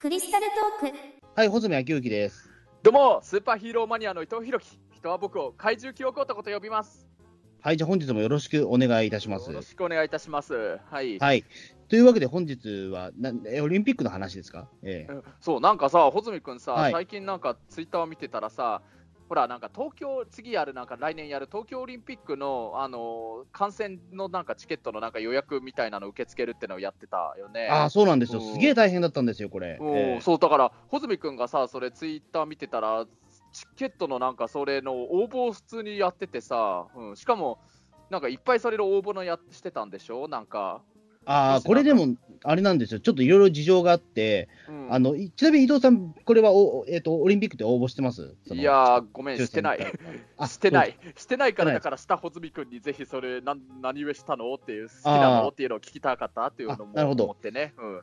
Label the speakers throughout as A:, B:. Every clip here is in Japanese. A: クリスタルトーク
B: はい、穂積昭之です。
C: どうも、スーパーヒーローマニアの伊藤弘樹。人は僕を怪獣記憶男と呼びます。
B: はい、じゃあ本日もよろしくお願いいたします
C: よ。ろしくお願いいたします。はい。
B: はい。というわけで本日は、なえオリンピックの話ですかええ
C: うんそう、なんかさ、穂積君さ、
B: はい
C: 最近なんかツイッターを見てたらさ、ほら、なんか東京、次やる、なんか来年やる東京オリンピックの、あのー観戦のなんかチケットのなんか予約みたいなの受け付けるってのをやってたよね。
B: ああ、そうなんですよ。
C: うん
B: すげえ大変だったんですよ、これ。
C: うん
B: ええ
C: そう、だから、穂積君がさ、それツイッター見てたら、チケットのなんか、それの応募を普通にやっててさ、うん、しかも、なんかいっぱいそれの応募のやしてたんでしょなんか。
B: ああ、これでも、あれなんですよ。ちょっといろいろ事情があって、
C: うん
B: あの、いちなみに伊藤さん、これはお、おえっ、と、オリンピックで応募してますその
C: いやー、ごめん、
B: 抽
C: して
B: 選
C: な
B: みた
C: い。
B: あ
C: してな
B: そう
C: い。してないか
B: してな
C: ら、
B: い
C: だから、した穂積君にぜひそれ、なん何故したのっていう、好きな
B: あー
C: のっていうのを聞きたかったっていうの
B: あなる
C: も
B: ほど
C: 思ってね。うん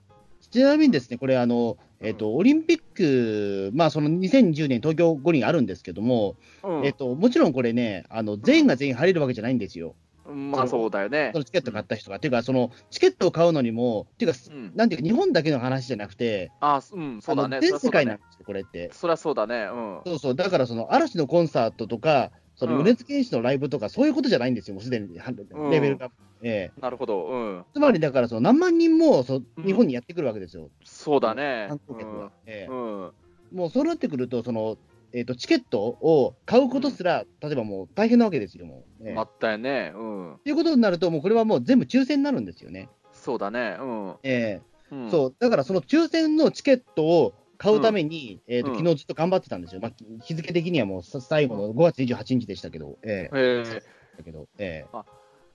B: ちなみにですね、これ、あの、えっ、と、オリンピック、まあ、その2020年東京五輪あるんですけども、
C: うん
B: えっ、と、もちろんこれね、あの、全員が全員入れるわけじゃないんですよ。
C: うんまあ、そうだよね
B: そ。のチケット買った人が。っていうか、その、チケットを買うのにも、っていうか、
C: うん、
B: なんていうか、日本だけの話じゃなくて、
C: あー、うん、そうだね。
B: あの全世界なん
C: ね
B: で。すよ、これって。
C: そりゃそうだね。うん。
B: そうそう、だからその嵐のコンサートとか、その
C: うん
B: 米津玄師のライブとか、そういうことじゃないんですよ、もうすでにはレベルが。ええ
C: なるほど。うん。
B: つまりだから、その何万人もそう
C: うん
B: 日本にやってくるわけですよ、
C: そうだね。
B: 観光客が。ええ
C: うん。うん
B: もうそうなってくると、そのえっとチケットを買うことすら、例えばもう大変なわけですよ、もう。ええ
C: あったよね。うん。
B: っていうことになると、もうこれはもう全部抽選になるんですよね。
C: そうだね。うん。
B: え
C: うん
B: えそうだからその抽選のチケットを買うために、えっと
C: うん
B: 昨日ずっと頑張ってたんですよ、まあ、日付的にはもうさ最後の5月28日でしたけど、ええ
C: へえ
B: だけど、ええ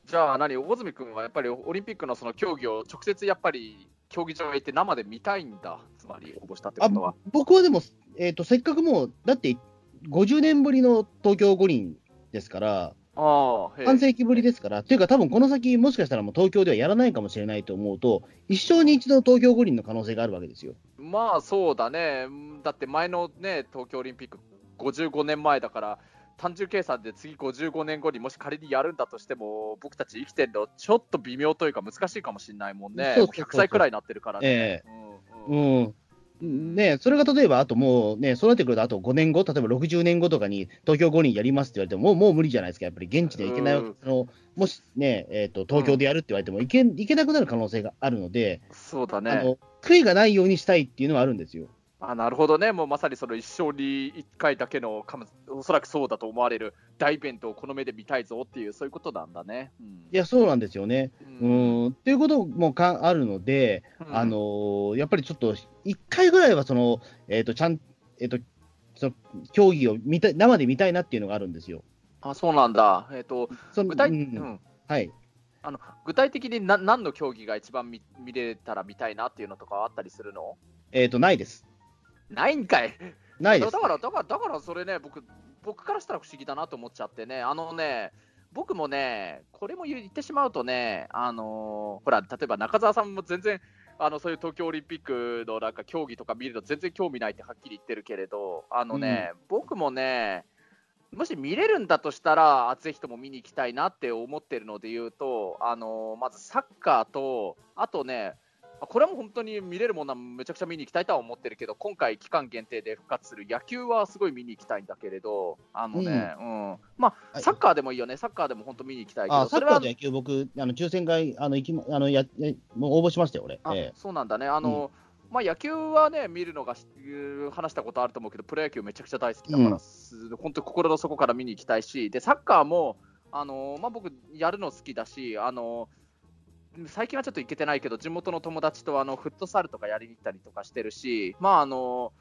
C: じゃあ何、大泉君はやっぱりオリンピックのその競技を直接やっぱり競技場へ行って生で見たいんだ、つまり応募したってことは。
B: 僕はでも、えーと、せっかくもう、だって50年ぶりの東京五輪ですから、
C: ああ、へえ
B: 半世紀ぶりですから、というか、多分この先、もしかしたらもう東京ではやらないかもしれないと思うと、一生に一度東京五輪の可能性があるわけですよ。
C: まあそうだね、だって前のね、東京オリンピック55年前だから、単純計算で次55年後にもし仮にやるんだとしても、僕たち生きてるのちょっと微妙というか難しいかもしれないもんね、
B: そう
C: も
B: そううそう
C: 100歳くらいになってるからね。
B: え
C: うんうん
B: うんね、それが例えば、あともうね、そうなってくると、あと5年後、例えば60年後とかに東京五輪やりますって言われても、もうもう無理じゃないですか、やっぱり現地で行けないわけ、
C: うん
B: そのもしね、えーと、東京でやるって言われても行け、行けなくなる可能性があるので、
C: そうだ
B: あ
C: ね。
B: の、悔いがないようにしたいっていうのはあるんですよ。
C: あなるほどね、もうまさにその一生に一回だけのかも、おそらくそうだと思われる大イベントをこの目で見たいぞっていう、そういうことなんだね。うん
B: いや、そうなんですよね。う
C: うん
B: ん、っていうこともかあるので、あのーやっぱりちょっと、一回ぐらいはその、えっとちゃんえっとその競技を見た生で見たいなっていうのがあるんですよ。
C: あそうなんだ、えっと
B: その
C: 具体
B: う
C: うんん、
B: はい、
C: あの具体的にな何の競技が一番見見れたら見たいなっていうのとかあったりするの
B: えっとないです。
C: ないんかい
B: ないです
C: だ。から、だから、だからそれね、僕、僕からしたら不思議だなと思っちゃってね、あのね、僕もね、これも言ってしまうとね、あのーほら、例えば中澤さんも全然、あのそういう東京オリンピックのなんか競技とか見るの全然興味ないってはっきり言ってるけれど、あのね、僕もね、もし見れるんだとしたら、あぜひとも見に行きたいなって思ってるので言うと、あのーまずサッカーと、あとね、あこれはもう本当に見れるものはめちゃくちゃ見に行きたいとは思ってるけど、今回、期間限定で復活する野球はすごい見に行きたいんだけれど、あのね、うんま
B: は
C: あ、
B: い
C: サッカーでもいいよね、サッカーでも本当見に行きたいけ
B: あ
C: ど、
B: サ
C: そ
B: ッ
C: れ
B: カー
C: は
B: と野球、僕、あの抽選会、あの行きまあのややもう応募しましたよ、俺。
C: あ
B: ええ
C: そうなんだね、あの、まあ、野球はね、見るのがし話したことあると思うけど、プロ野球めちゃくちゃ大好きだか
B: うん
C: ら、す本当、心の底から見に行きたいし、でサッカーも、あのまあ、僕、やるの好きだし、あの最近はちょっと行けてないけど、地元の友達とあのフットサルとかやりに行ったりとかしてるし、まああの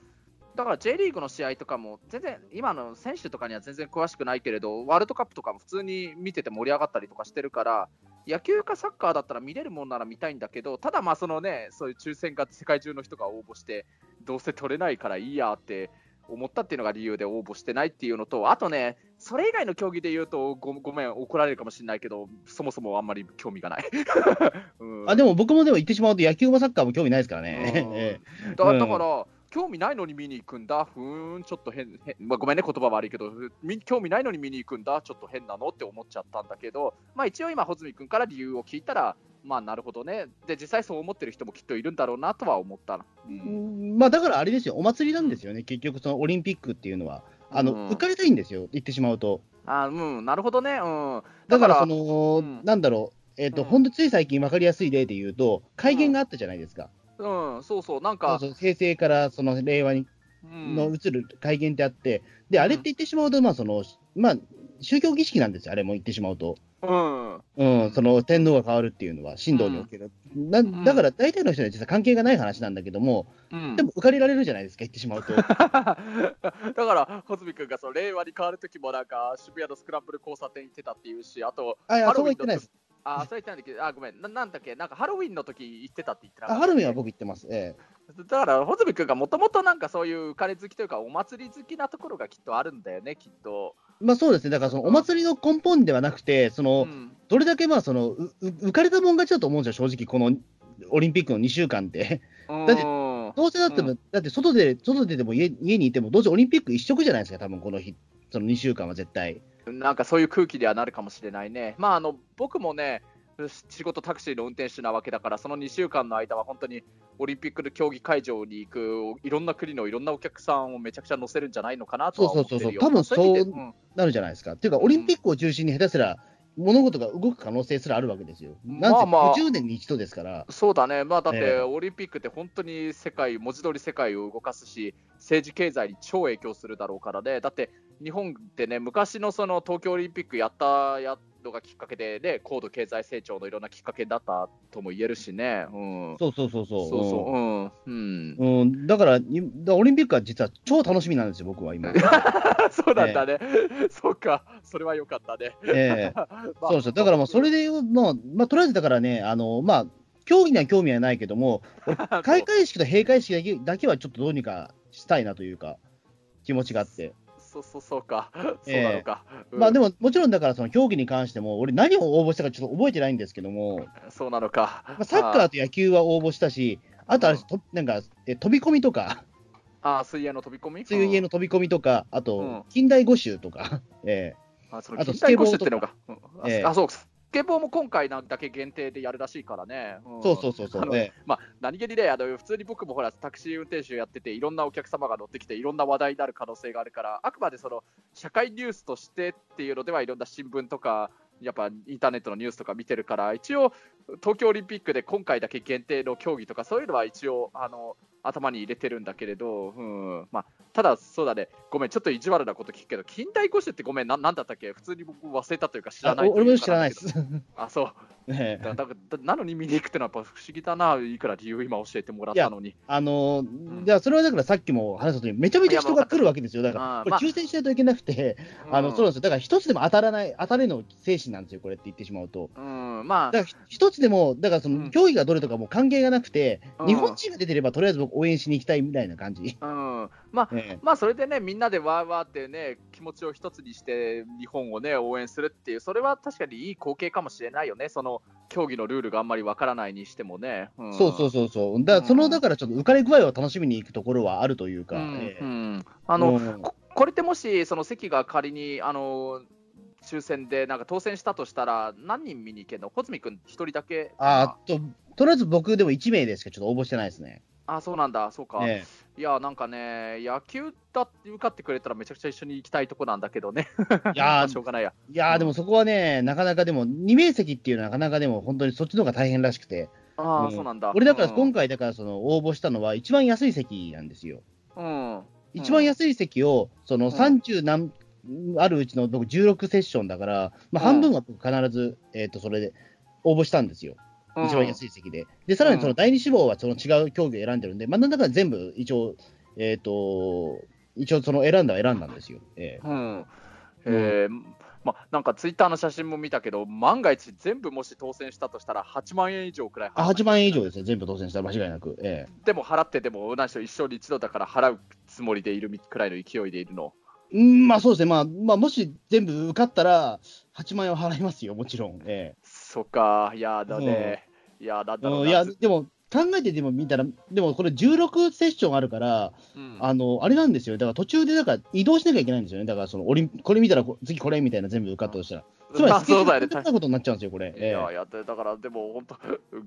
C: だから J リーグの試合とかも、全然、今の選手とかには全然詳しくないけれど、ワールドカップとかも普通に見てて盛り上がったりとかしてるから、野球かサッカーだったら見れるもんなら見たいんだけど、ただまあそのね、そういう抽選が世界中の人が応募して、どうせ取れないからいいやって思ったっていうのが理由で応募してないっていうのと、あとね、それ以外の競技で言うとご、ごめん、怒られるかもしれないけど、そもそもあんまり興味がない。 うん
B: あでも僕もでも言ってしまうと、野球もサッカーも興味ないですから
C: うん
B: ね。
C: だ
B: うん
C: だから、興味ないのに見に行くんだ、ふーん、ちょっと変、変まあ、ごめんね、言葉悪いけど、み興味ないのに見に行くんだ、ちょっと変なのって思っちゃったんだけど、まあ、一応今、穂積君から理由を聞いたら、まあなるほどね。で、実際そう思ってる人もきっといるんだろうなとは思ったな。う
B: うんんまあ、だからあれですよ、お祭りなんですよね、結局、そのオリンピックっていうのは、あの、
C: うん
B: 受かりたいんですよ、言ってしまうと。
C: あうん、なるほどね。うん。
B: だから、そ
C: だ
B: の、
C: うん
B: なんだろう、えっ、と、
C: うん
B: ほんとつい最近分かりやすい例で言うと、改元があったじゃないですか、
C: うん、そうそう、なん
B: そう
C: か、
B: そう平成からその令和に
C: うん
B: の移る改元ってあって、で、あれって言ってしまうと、まあ、その、まあ、宗教儀式なんですよ、あれも言ってしまうと。
C: うん、
B: うん、その天皇が変わるっていうのは、神道における、なだから大体の人には実は関係がない話なんだけども、
C: うん
B: でも受かりられるじゃないですか、言ってしまうと。
C: だから、穂積君がその令和に変わる時も、なんか渋谷のスクランブル交差点行ってたっていうし、あと、
B: あ、いや、
C: ハ
B: そ
C: ロ
B: こ
C: ウ
B: は言っ
C: ィン
B: てないです。
C: あ、それ言ってないんだけど、あ、ごめん、ななんだっけ、なんかハロウィンの時行ってたって言ってなか
B: あ
C: った
B: ハロウィンは僕言ってます。ええ
C: だから、穂積君がもともとなんかそういう浮かれ好きというか、お祭り好きなところがきっとあるんだよね、きっと。
B: まあそうですね、だからその
C: うん
B: お祭りの根本ではなくて、そうの
C: ん、
B: どれだけまあそのうう浮かれたもん勝ちだと思うんですよ、正直、このオリンピックの2週間で。
C: うん
B: だってどうせだっても、
C: う
B: だって外で外ででも家家にいても、どうせオリンピック一色じゃないですか、多分この日、その2週間は絶対。
C: なんかそういう空気ではなるかもしれないね。まああの僕もね仕事タクシーの運転手なわけだからその2週間の間は本当にオリンピックの競技会場に行くいろんな国のいろんなお客さんをめちゃくちゃ乗せるんじゃないのかなとは思ってる
B: そうそうそ
C: よ
B: うそう多分
C: い意味
B: そう
C: でん
B: なるじゃないですか。っていうか、オリンピックを中心に下手すら物事が動く可能性すらあるわけですよ。なん
C: まあ
B: せ
C: まあ
B: 50年に一度ですから。
C: そうだね、まあ、だっ
B: え
C: て
B: え
C: オリンピックって本当に世界、文字通り世界を動かすし、政治経済に超影響するだろうからね、だって日本ってね、昔のその東京オリンピックやったやのがきっかけで、ね、高度経済成長のいろんなきっかけだったとも言えるしね、うん、
B: そうそうそうそう。
C: そうそう、うん、うん、
B: うんうんだから、いだからオリンピックは実は超楽しみなんですよ、僕は 今。
C: そうなんだね、そうか、それは良かったね。
B: ええ
C: まあ
B: そうですよだからもうそれで言う、まあまあ、とりあえずだからね、あのまあ、競技には興味はないけども、
C: あの
B: 開会式と閉会式だけだけはちょっとどうにかしたいなというか、気持ちがあって、
C: そうそうそうか、そう
B: え
C: なのか、うん
B: まあでももちろんだから、その競技に関しても、俺、何を応募したかちょっと覚えてないんですけども、
C: そうなのか、
B: まあ、サッカーと野球は応募したし、あとあれと、なんかえ飛び込みとか、
C: ああ水泳の飛び込み
B: そういう家の飛び込みとか、あ
C: うん
B: と、近代五種とか、 え
C: あそ
B: あ
C: れ
B: と
C: 近代五種ってのが、うんあ
B: ええ
C: あそうスケボーも今回なんだけ限定でやるらしいからね、
B: え
C: ん
B: そうそうそうそ
C: あ
B: う、
C: の
B: ええ
C: まあ、何気にねあの普通に僕もほらタクシー運転手やってていろんなお客様が乗ってきていろんな話題になる可能性があるからあくまでその社会ニュースとしてっていうのではいろんな新聞とかやっぱインターネットのニュースとか見てるから一応東京オリンピックで今回だけ限定の競技とかそういうのは一応あの頭に入れてるんだけれど、うんまあ、ただそうだねごめんちょっと意地悪なこと聞くけど近代五種ってごめんななんだったっけ普通に僕忘れたというか知ら
B: あ
C: ないというか
B: 俺も知らないで
C: んだ
B: す。
C: けどあそう
B: ええ
C: だだだなのに見に行くってのはやっぱ不思議だな、いくら理由今教えてもらったのに。
B: あの
C: ん
B: じゃあそれはだからさっきも話した通り、めちゃめちゃ人が来るわけですよ、だ
C: まあ
B: か
C: ま
B: ら、
C: あ
B: これ、抽選しないといけなくて、あのそうなんですよ、だから一つでも当たらない、当たれの精神なんですよ、これって言ってしまうと。
C: うん、うん、ま
B: だから一つでも、だからそ
C: うん
B: の競技がどれとかもう関係がなくて、
C: うん
B: 日本人が出てればとりあえず僕、応援しに行きたいみたいな感じ。
C: あ、うん、まあ、
B: ええ
C: まあ、それでね、みんなでわーわーってね、気持ちを一つにして、日本をね、応援するっていう、それは確かにいい光景かもしれないよね、その競技のルールがあんまりわからないにしてもね。うん、
B: そうそうそうそう、だからそうの
C: ん
B: だからちょっと浮かれ具合を楽しみに行くところはあるというか、
C: うん
B: ええ
C: うんあの、
B: うん
C: ここれってもし、その席が仮に、あの抽選でなんか当選したとしたら、何人見に行けるの、穂積君、一人だけ
B: あととりあえず僕でも1名でしかちょっと応募してないですね。
C: あ、そうなんだ、そうか。
B: ええ
C: いや、なんかね、野球だって受かってくれたらめちゃくちゃ一緒に行きたいとこなんだけどね。
B: い やー
C: しょうがないや。
B: いやー、でもそこはね、なかなかでも、2名席っていうのはなかなかでも、本当にそっちの方が大変らしくて、
C: あ
B: も
C: あ、
B: う
C: そうなんだ。
B: 俺だから今
C: 回、
B: 回、だからその応募したのは、一番安い席なんですよ。
C: うん。
B: 一番安い席を、そ
C: うん
B: の30何、あるうちの僕16セッションだから、まあ、
C: うん
B: 半分は僕必ず、えっとそれで応募したんですよ、一番
C: い。
B: 安い席で。で、さらにその第2志望はその違う競技を選んでるんで、まあ、なんだかんだ全部一応、えっ、と、一応その選んだは選んだんですよ。ええ
C: うん。えーま、なんかツイッターの写真も見たけど、万が一全部もし当選したとしたら8万円以上くらい払
B: あ
C: う
B: 8万円以上ですね、全部当選したら間違いなく。ええ
C: でも払ってでも、何しろ一生に一度だから払うつもりでいるくらいの勢いでいるの。
B: うん、まあそうですね、まあ、まあ、もし全部受かったら、8万円は払いますよ、もちろん。え
C: そっか、いやだね。いやだ
B: え
C: だろ
B: う
C: う
B: ん
C: ない
B: や、でも、考えてでも見たら、でもこれ16セッションあるから、
C: うん
B: あの、あれなんですよ。だから途中で、だから移動しなきゃいけないんですよね。だからそのオリン、これ見たらこ次これみたいな全部受かったとしたら。つま
C: まあ
B: り、
C: そうだよね
B: スケジュールが。なことになっちゃうんですよ、これ。
C: い
B: え
C: や、やって、だから、でも、本当、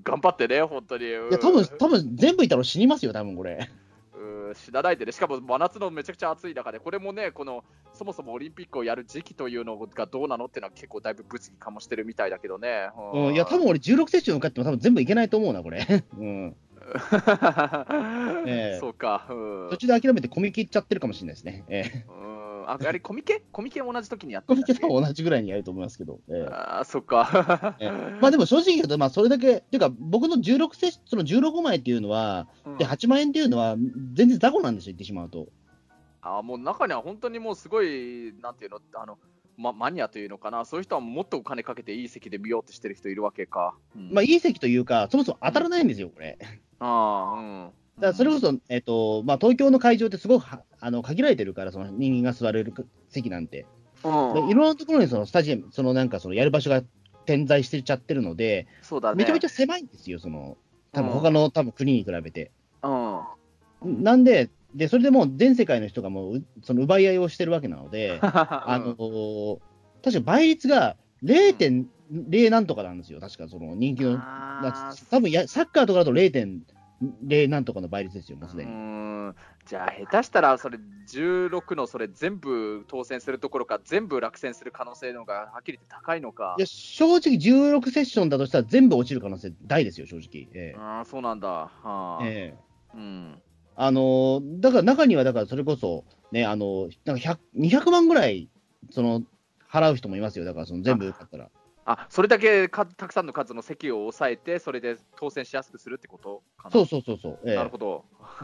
C: 頑張ってね、本当に。い
B: えいや、多分、多分全部いたら死にますよ、多分これ。
C: うー死なないでね、しかも真夏のめちゃくちゃ暑い中で、これもね、このそもそもオリンピックをやる時期というのがどうなのっていうのは結構だいぶ物議かもしてるみたいだけどね。
B: うん、いや、多 分俺16セッション受かっても多分全部いけないと思うな、これ。うん。
C: 分
B: ええ
C: そうか、うん
B: 途中で諦めて込み切っちゃってるかもしれないですね。え え
C: うん、ああれコミケコミケも同じ時にやって
B: コ
C: ん
B: ミ
C: だっけ
B: ケ多分同じぐらいにやると思いますけど。ええ
C: あーそっか。
B: ええまあでも正直言うと、まあそれだけ、っていうか、僕の16セッション、その16枚っていうのは、
C: うん
B: で8万円っていうのは、全然雑魚なんですよ、言ってしまうと。
C: あーもう中には本当にもうすごい、なんていうの、あの、ま、マニアというのかな、そういう人はもっとお金かけていい席で見ようとしてる人いるわけか。うん
B: まあ、いい席というか、そもそも当たらないんですよ、これ。だ
C: あーうん、
B: からそれこそ、えっとまあ、東京の会場ってすごくはあの限られてるから、その人間が座れる席なんて。
C: そ、
B: でいろんなところにそのスタジアム、そのなんかそのやる場所が点在してちゃってるので、
C: そうだね。
B: めちゃめちゃ狭いんですよ、その多分他の多分国に比べて。
C: うん。
B: なんで、でそれでもう全世界の人がもううその奪い合いをしてるわけなの で。あ
C: あ
B: の、確か倍率が0.0なんとかなんですよ、確かその人気のやつ、多分やサッカーとかだと0.0なんとかの倍率ですよ、もうす
C: う
B: でに。
C: んじゃあ、下手したらそれ16のそれ全部当選するところか、全部落選する可能性の方がはっきり言って高いのか
B: い。や正直、16セッションだとしたら全部落ちる可能性大ですよ、正直。ええ
C: あーそうなんだ。はあ
B: ええ
C: うん、
B: あのーだから中には、だからそれこそ、ね、あのーなんか100 200万ぐらいその払う人もいますよ、だからその全部買ったら。
C: あそれだけかたくさんの数の席を抑えて、それで当選しやすくするってことかな。
B: そうそうそうそう、ええ
C: なるほど。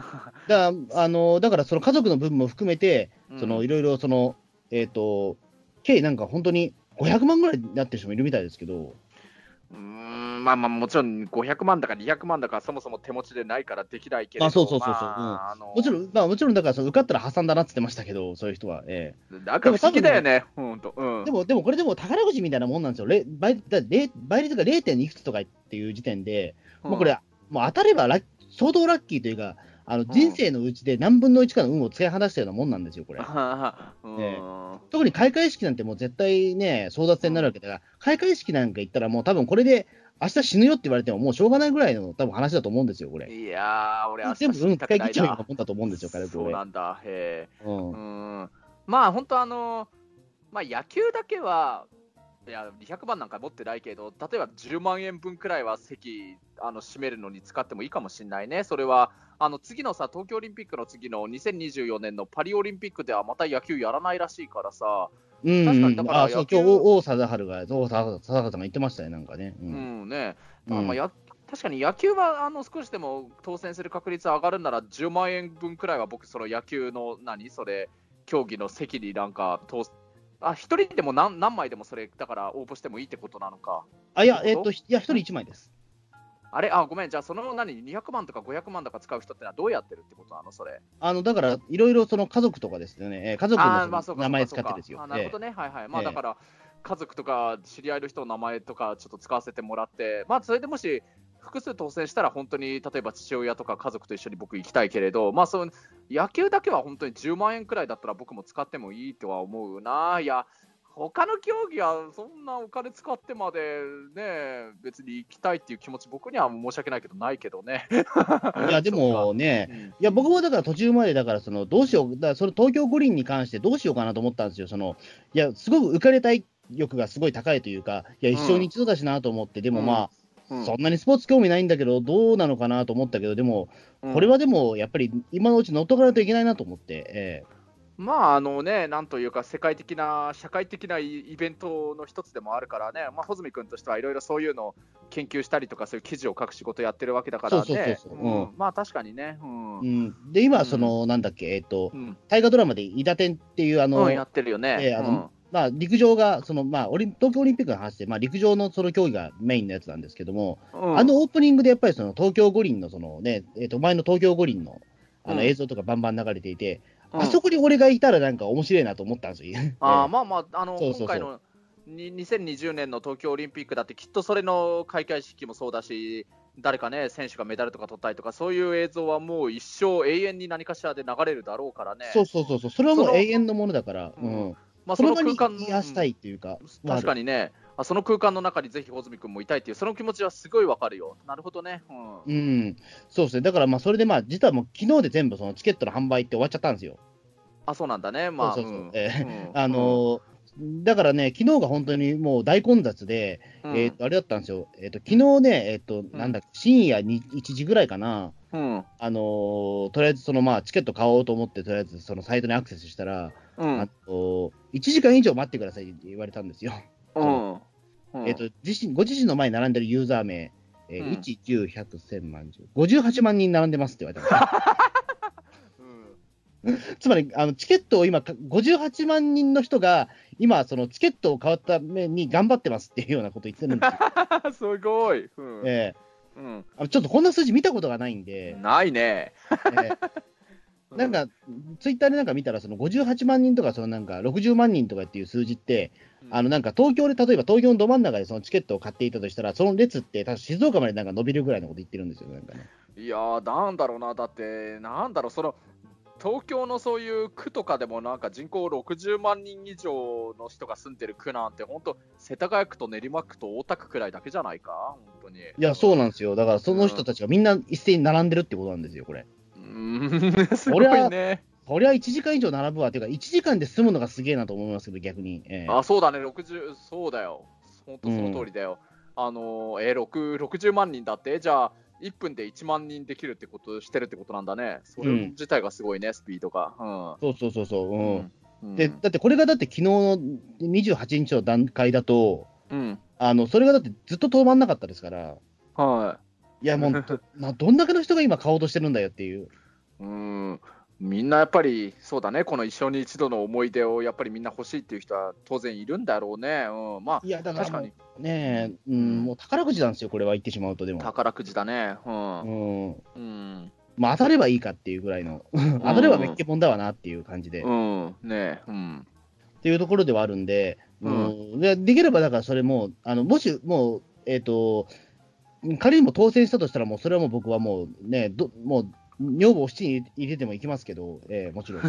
B: だからあのーだからその家族の分も含めて、
C: うん
B: そのいろいろその、えっ、と、計なんか本当に500万ぐらいになってる人もいるみたいですけど、
C: うーんまあまあ、もちろん500万だか200万だか、そもそも手持ちでないからできないけれど
B: あそうそうそうそう
C: まああの
B: もちろん、まあ、もちろんだからその受かったら破産だなって言ってましたけど、そういう人は。え
C: なんか不思議だよね、ほんと。う
B: え
C: ん
B: でも、でもこれでも宝くじみたいなもんなんですよ。れ倍だれ倍率が 0. いくつとかっていう時点で、もうこれ、もう当たればラッ相当ラッキーというか、あの
C: ん
B: 人生のうちで何分の1かの運を使い離したようなもんなんですよ、これ。
C: うん
B: え特に開会式なんてもう絶対ね、争奪戦になるわけだから、開会式なんか行ったらもう多分これで、明日死ぬよって言われてももうしょうがないぐらいの多分話だと思うんですよ、これ。
C: いやー、俺、明
B: 全
C: 日
B: 部、
C: 死
B: うん、
C: にた
B: 使い切
C: くな
B: っ
C: い
B: ちゃうような
C: な。
B: もんだと思うんですよ、軽く
C: そう
B: 俺。
C: なんだ、へえ。
B: うん
C: う。ん。まあ、本当あのまあ、野球だけは、いや、200万なんか持ってないけど、例えば10万円分くらいは席、あの、占めるのに使ってもいいかもしれないね。それは、あの、次のさ、東京オリンピックの次の2024年のパリオリンピックではまた野球やらないらしいからさ、
B: うん、
C: 確か
B: う
C: にだ
B: ん。
C: から
B: あ、そう
C: 野、球
B: 今日、王王貞治が、王貞治さんが言ってましたね、なんかね。う。
C: うんんね、
B: うん
C: あまあ、や確かに野球はあの少しでも当選する確率上がるなら10万円分くらいは僕、その野球の何それ競技の席になんか当あ一人でも何何枚でもそれだから応募してもいいってことなのか。
B: あ、いや、
C: そうい
B: え
C: う
B: っ
C: こ
B: と、
C: と
B: ひいや、一人一枚です。
C: あれあごめん、じゃあその何200万とか500万とか使う人ってのはどうやってるってことなのそれ。
B: あの、だから、いろいろその家族とかですよね、えー家族
C: あー
B: のその名前
C: そ
B: 使
C: うか
B: ってですよ。
C: あなるほどね、はいはい。まあだから、家族とか知り合いの人の名前とかちょっと使わせてもらって、まあそれでもし複数当選したら、本当に例えば父親とか家族と一緒に僕行きたいけれど、まあそう野球だけは本当に10万円くらいだったら僕も使ってもいいとは思うな。いや他の競技はそんなお金使ってまでね、別に行きたいっていう気持ち、僕には申し訳ないけど、ないけどね。
B: えーいや、でもね、
C: うん
B: いや、僕もだから途中まで、だから、その、どうしよう、だからその東京五輪に関してどうしようかなと思ったんですよ。その、いや、すごく浮かれたい欲がすごい高いというか、いや、一生に一度だしなと思って、でもまあ、
C: うん
B: そんなにスポーツ興味ないんだけど、どうなのかなと思ったけど、でも、これはでも、やっぱり今のうち乗っとかないといけないなと思って、え
C: まああのね、なんというか、世界的な、社会的なイイベントの一つでもあるからね、まあ、穂積君としてはいろいろそういうのを研究したりとか、そういう記事を書く仕事やってるわけだからね、
B: そうそうそうそううん
C: うんまあ確かにね、
B: え
C: うん、うん
B: うん、で、今、その、なんだっけ、えっ、と、
C: うん
B: 大河ドラマで、伊達天っていう、あの、
C: やってるよね。
B: ええあのまあ、陸上が、その、まあ、オリン東京オリンピックの話で、まあ、陸上のその競技がメインのやつなんですけども、
C: うんうん
B: あのオープニングでやっぱりその東京五輪の、そのね、えっ、と、前の東京五輪の、あ
C: うん
B: の映像とかバンバン流れていて、
C: うん
B: あそこに俺がいたらなんか面白いなと思ったんですよ。
C: あー
B: え
C: まあまあ、あの
B: そうそうそう
C: 今回のに2020年の東京オリンピックだって、きっとそれの開会式もそうだし、誰かね、選手がメダルとか取ったりとか、そういう映像はもう一生、永遠に何かしらで流れるだろうからね、
B: そうそうそうそう、それはも
C: そうの
B: 永遠のものだから、
C: う
B: うんん
C: まあ、
B: そ
C: その
B: の場
C: 空
B: に
C: 間の
B: 癒したいっていうか、
C: うん確かにね、あその空間の中にぜひ穂積君もいたいっていう、その気持ちはすごいわかるよ、なるほどね、うん
B: うん、そうですね、だからまあそれでまあ、実はもう昨日で全部、そのチケットの販売って終わっちゃったんですよ。
C: あそうなんだね、まあ、
B: そうそうそう
C: うん
B: ええ
C: うん
B: あのーだからね、昨日が本当にもう大混雑で、
C: うん
B: えー、とあれだったんですよ、えー、と昨日ね、えーとなんだっけ深夜に1時ぐらいかな、
C: うん
B: あのーとりあえずその、まあ、チケット買おうと思って、とりあえずそのサイトにアクセスしたら、
C: うん
B: あと1時間以上待ってくださいって言われたんですよ。
C: うんうん
B: えー、と自身ご自身の前に並んでるユーザー名、え
C: うん
B: ー、1、10、100、1000万、10、58万人並んでますって言われたんですよ
C: うん
B: つまりあのチケットを今、か58万人の人が、今、そのチケットを買うために頑張ってますっていうようなこと言ってるんです よ、
C: すごい、うん
B: ええ
C: うん
B: あのちょっとこんな数字見たことがないん で、
C: ないね。
B: ええなんか、ツイッターでなんか見たら、その58万人とか、そのなんか60万人とかっていう数字って、
C: うん
B: あのなんか東京で、例えば東京のど真ん中でそのチケットを買っていたとしたら、その列って、確か静岡までなんか伸びるぐらいのこと言ってるんですよ、なんかね。
C: いやー、なんだろうな、だって、なんだろう、その東京のそういう区とかでも、なんか人口60万人以上の人が住んでる区なんて、本当、世田谷区と練馬区と大田区くらいだけじゃないか、本当に。
B: いや、そう
C: う
B: なんですよ、だからその人たちがみんな一斉に並んでるってことなんですよ、これ。
C: ーん、すご
B: 俺はい
C: ね。
B: そりゃ1時間以上並ぶわ、ていうか、1時間で済むのがすげえなと思いますけど、逆に。ええ
C: あ、そうだね、60、そうだよ、本当その通りだよ。あのー、えー、6 60万人だって、じゃあ、1分で1万人できるってこと、してるってことなんだね。それ
B: うん
C: 自体がすごいね、スピードが。
B: そうそうそうそう、
C: う。
B: うんん
C: うん
B: で、だってこれがだって昨日の28日の段階だと、
C: うん。
B: あのそれがだってずっと止まんなかったですから、
C: はい。
B: いやもう、 どなどんだけの人が今、買おうとしてるんだよっていう、
C: うーんみんなやっぱりそうだね、この一生に一度の思い出をやっぱりみんな欲しいっていう人は当然いるんだろうね、うん、ま
B: いや、だ
C: あ
B: から
C: 確か
B: も
C: に
B: うねえ、うん、もう宝くじなんですよ、これは言ってしまうと、でも、
C: 宝くじだね、うん
B: うん
C: うん
B: まあ、当たればいいかっていうぐらいの、当たればめっけもんだわなっていう感じで、っ
C: うん、ねえ、うん、
B: ていうところではあるんで、
C: う
B: うんん、でできればだからそれも、あのもしもう、えっ、と、仮にも当選したとしたら、もうそれはもう僕はもうね、どもう女房を七に入れても行きますけど、ええもち ろん。